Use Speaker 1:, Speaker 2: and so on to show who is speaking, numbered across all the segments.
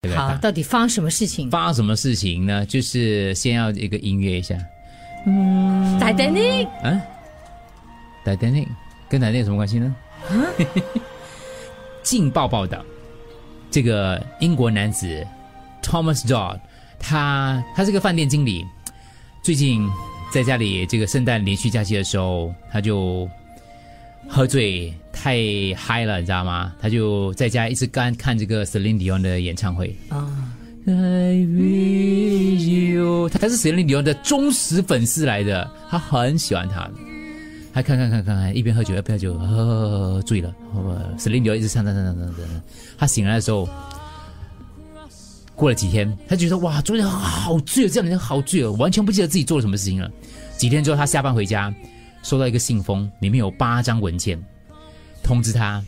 Speaker 1: 对不对
Speaker 2: 好，到底发生什么事情？
Speaker 1: 发生什么事情呢？就是先要一个音乐一下，
Speaker 2: 仔等你，
Speaker 1: 啊，Titanic 跟 Titanic 有什么关系呢？ 劲爆报道，这个英国男子 Thomas Dodd，他他是个饭店经理，最近在家里这个圣诞连续假期的时候，他就喝醉太嗨了，你知道吗？他就在家一直干看这个 Celine Dion 的演唱会啊。I wish you，他是 Celine Dion 的忠实粉丝来的，他很喜欢他。他看看看看看，一边喝酒一边喝酒，喝喝喝喝醉了。司令流一直唱唱唱唱唱唱。他醒来的时候，过了几天，他觉得哇，昨天好醉哦，这两天好醉哦，完全不记得自己做了什么事情了。几天之后，他下班回家，收到一个信封，里面有八张文件，通知他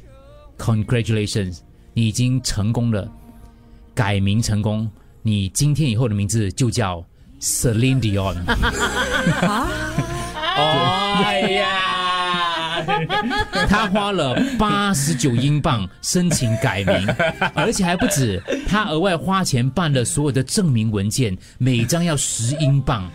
Speaker 1: ，Congratulations，你已经成功了，改名成功，你今天以后的名字就叫 Celine Dion。哎呀，他花了八十九英镑申请改名，而且还不止，他额外花钱办了所有的证明文件，每张要十英镑。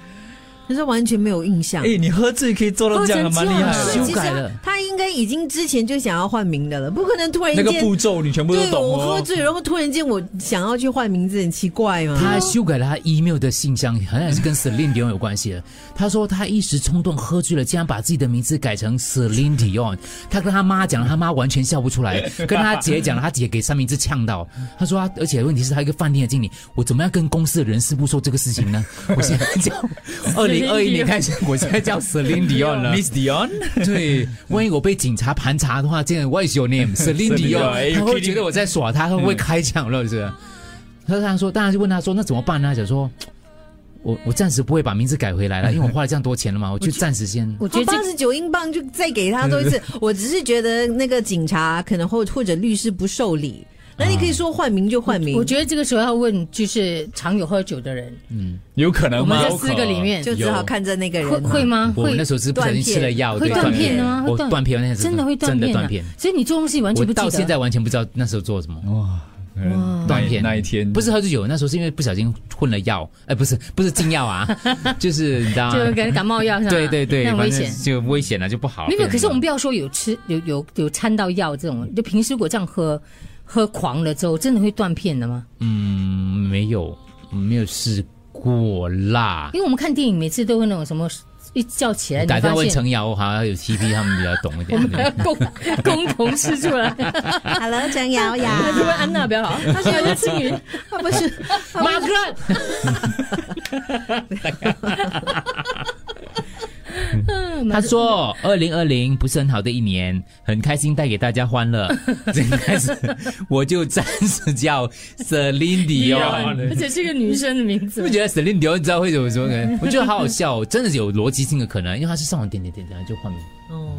Speaker 3: 但是完全没有印象
Speaker 4: 哎、。你喝醉可以做到这样，还蛮厉害
Speaker 3: 所
Speaker 4: 的。
Speaker 3: 以
Speaker 1: 修
Speaker 3: 其实啊
Speaker 1: 改
Speaker 2: 嗯
Speaker 1: 了
Speaker 3: 他应该已经之前就想要换名的了，不可能突然
Speaker 4: 那
Speaker 3: 间
Speaker 4: 个步骤你全部都
Speaker 3: 对
Speaker 4: 懂
Speaker 3: 我喝
Speaker 4: 哦。
Speaker 3: 醉，然后突然间我想要去换名字，很奇怪嘛。
Speaker 1: 他还修改了他 email 的信箱，好像也是跟 Celine Dion 有关系的。他说他一时冲动喝醉了，竟然把自己的名字改成 Celine Dion。他跟他妈讲了，他妈完全笑不出来；跟他姐讲了，他姐给三明治呛到。他说他，啊而且问题是，他一个饭店的经理，我怎么样跟公司的人事部说这个事情呢？我现在叫二零二一年开始，我现在叫 Celine Dion 了。
Speaker 4: Miss Dion，
Speaker 1: 对，万一我被警察盘查的话，这样 What is your name？是
Speaker 4: Celine
Speaker 1: Lindy
Speaker 4: Dion，哎
Speaker 1: 哦，他会
Speaker 4: kidding
Speaker 1: 觉得我在耍他，他会不会开枪了？是不是？他他说，当然就问他说，那怎么办呢？他讲说，我我暂时不会把名字改回来 了，因为我花了这样多钱了嘛，我就暂时先。
Speaker 2: 我觉得
Speaker 3: 八
Speaker 2: 这嗯
Speaker 3: 十九英镑就再给他多一次。我只是觉得那个警察可能或或者律师不受理，那你可以说换名就换名。
Speaker 2: 我觉得这个时候要问，就是常有喝酒的人，
Speaker 4: 有可能
Speaker 2: 我
Speaker 4: 吗
Speaker 2: 们？这四个里面
Speaker 3: 就只好看着那个人
Speaker 2: 会
Speaker 3: 嘛。
Speaker 2: 会吗？
Speaker 1: 我
Speaker 2: 会
Speaker 1: 那时候是不小心吃了药，
Speaker 2: 会
Speaker 1: 对
Speaker 2: 断片的
Speaker 1: 断
Speaker 2: 吗？会
Speaker 1: 我断片那时候
Speaker 2: 真的会断
Speaker 1: 真
Speaker 2: 片
Speaker 1: 的
Speaker 2: 啊
Speaker 1: 断片。
Speaker 2: 所以你做东西完
Speaker 1: 我
Speaker 2: 全不记得。
Speaker 1: 到现在完全不知道那时候做什么，
Speaker 4: 嗯
Speaker 1: 断
Speaker 4: 那一
Speaker 1: 片
Speaker 4: 那一天
Speaker 1: 不是喝醉酒，那时候是因为不小心混了药，哎，不是不是禁药啊， 就是你知道吗？
Speaker 2: 就感感冒药是吧？
Speaker 1: 啊对对对，
Speaker 2: 那很危险
Speaker 1: 反。正就危险了，就不好。啊
Speaker 2: 没有没有，可是我们
Speaker 1: 不
Speaker 2: 不要说有吃有有有掺到药这种，就平时如果这样喝喝狂了之后，真的会断片的吗？
Speaker 1: 嗯没有没有试过啦。
Speaker 2: 因为我们看电影每次都会那种什么一叫起来，你
Speaker 1: 打
Speaker 2: 发
Speaker 1: 电话问
Speaker 2: 现
Speaker 1: 程瑶，好像有 TV 他们比较懂一点。对
Speaker 2: 共共同吃出来，
Speaker 3: Hello，张瑶瑶，
Speaker 2: 这位安娜比较好，她喜欢吃 云。
Speaker 3: 他不是
Speaker 2: 马哥，
Speaker 1: 他说：“二零二零不是很好的一年，很开心带给大家欢乐。这开始我就暂时叫 Celine Dion。
Speaker 2: 而且是个女生的名
Speaker 1: 你
Speaker 2: 字
Speaker 1: 不。觉得 Celine Dion 知道会有什么可能？我觉得好好笑、哦，真的是有逻辑性的可能，因为他是上网点点点点然后就换名。
Speaker 2: 哦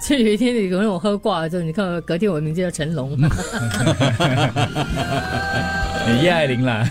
Speaker 2: 所以有一天有人我喝挂了之后，你看我隔天我名字叫成龙。
Speaker 4: 你叶爱玲啦。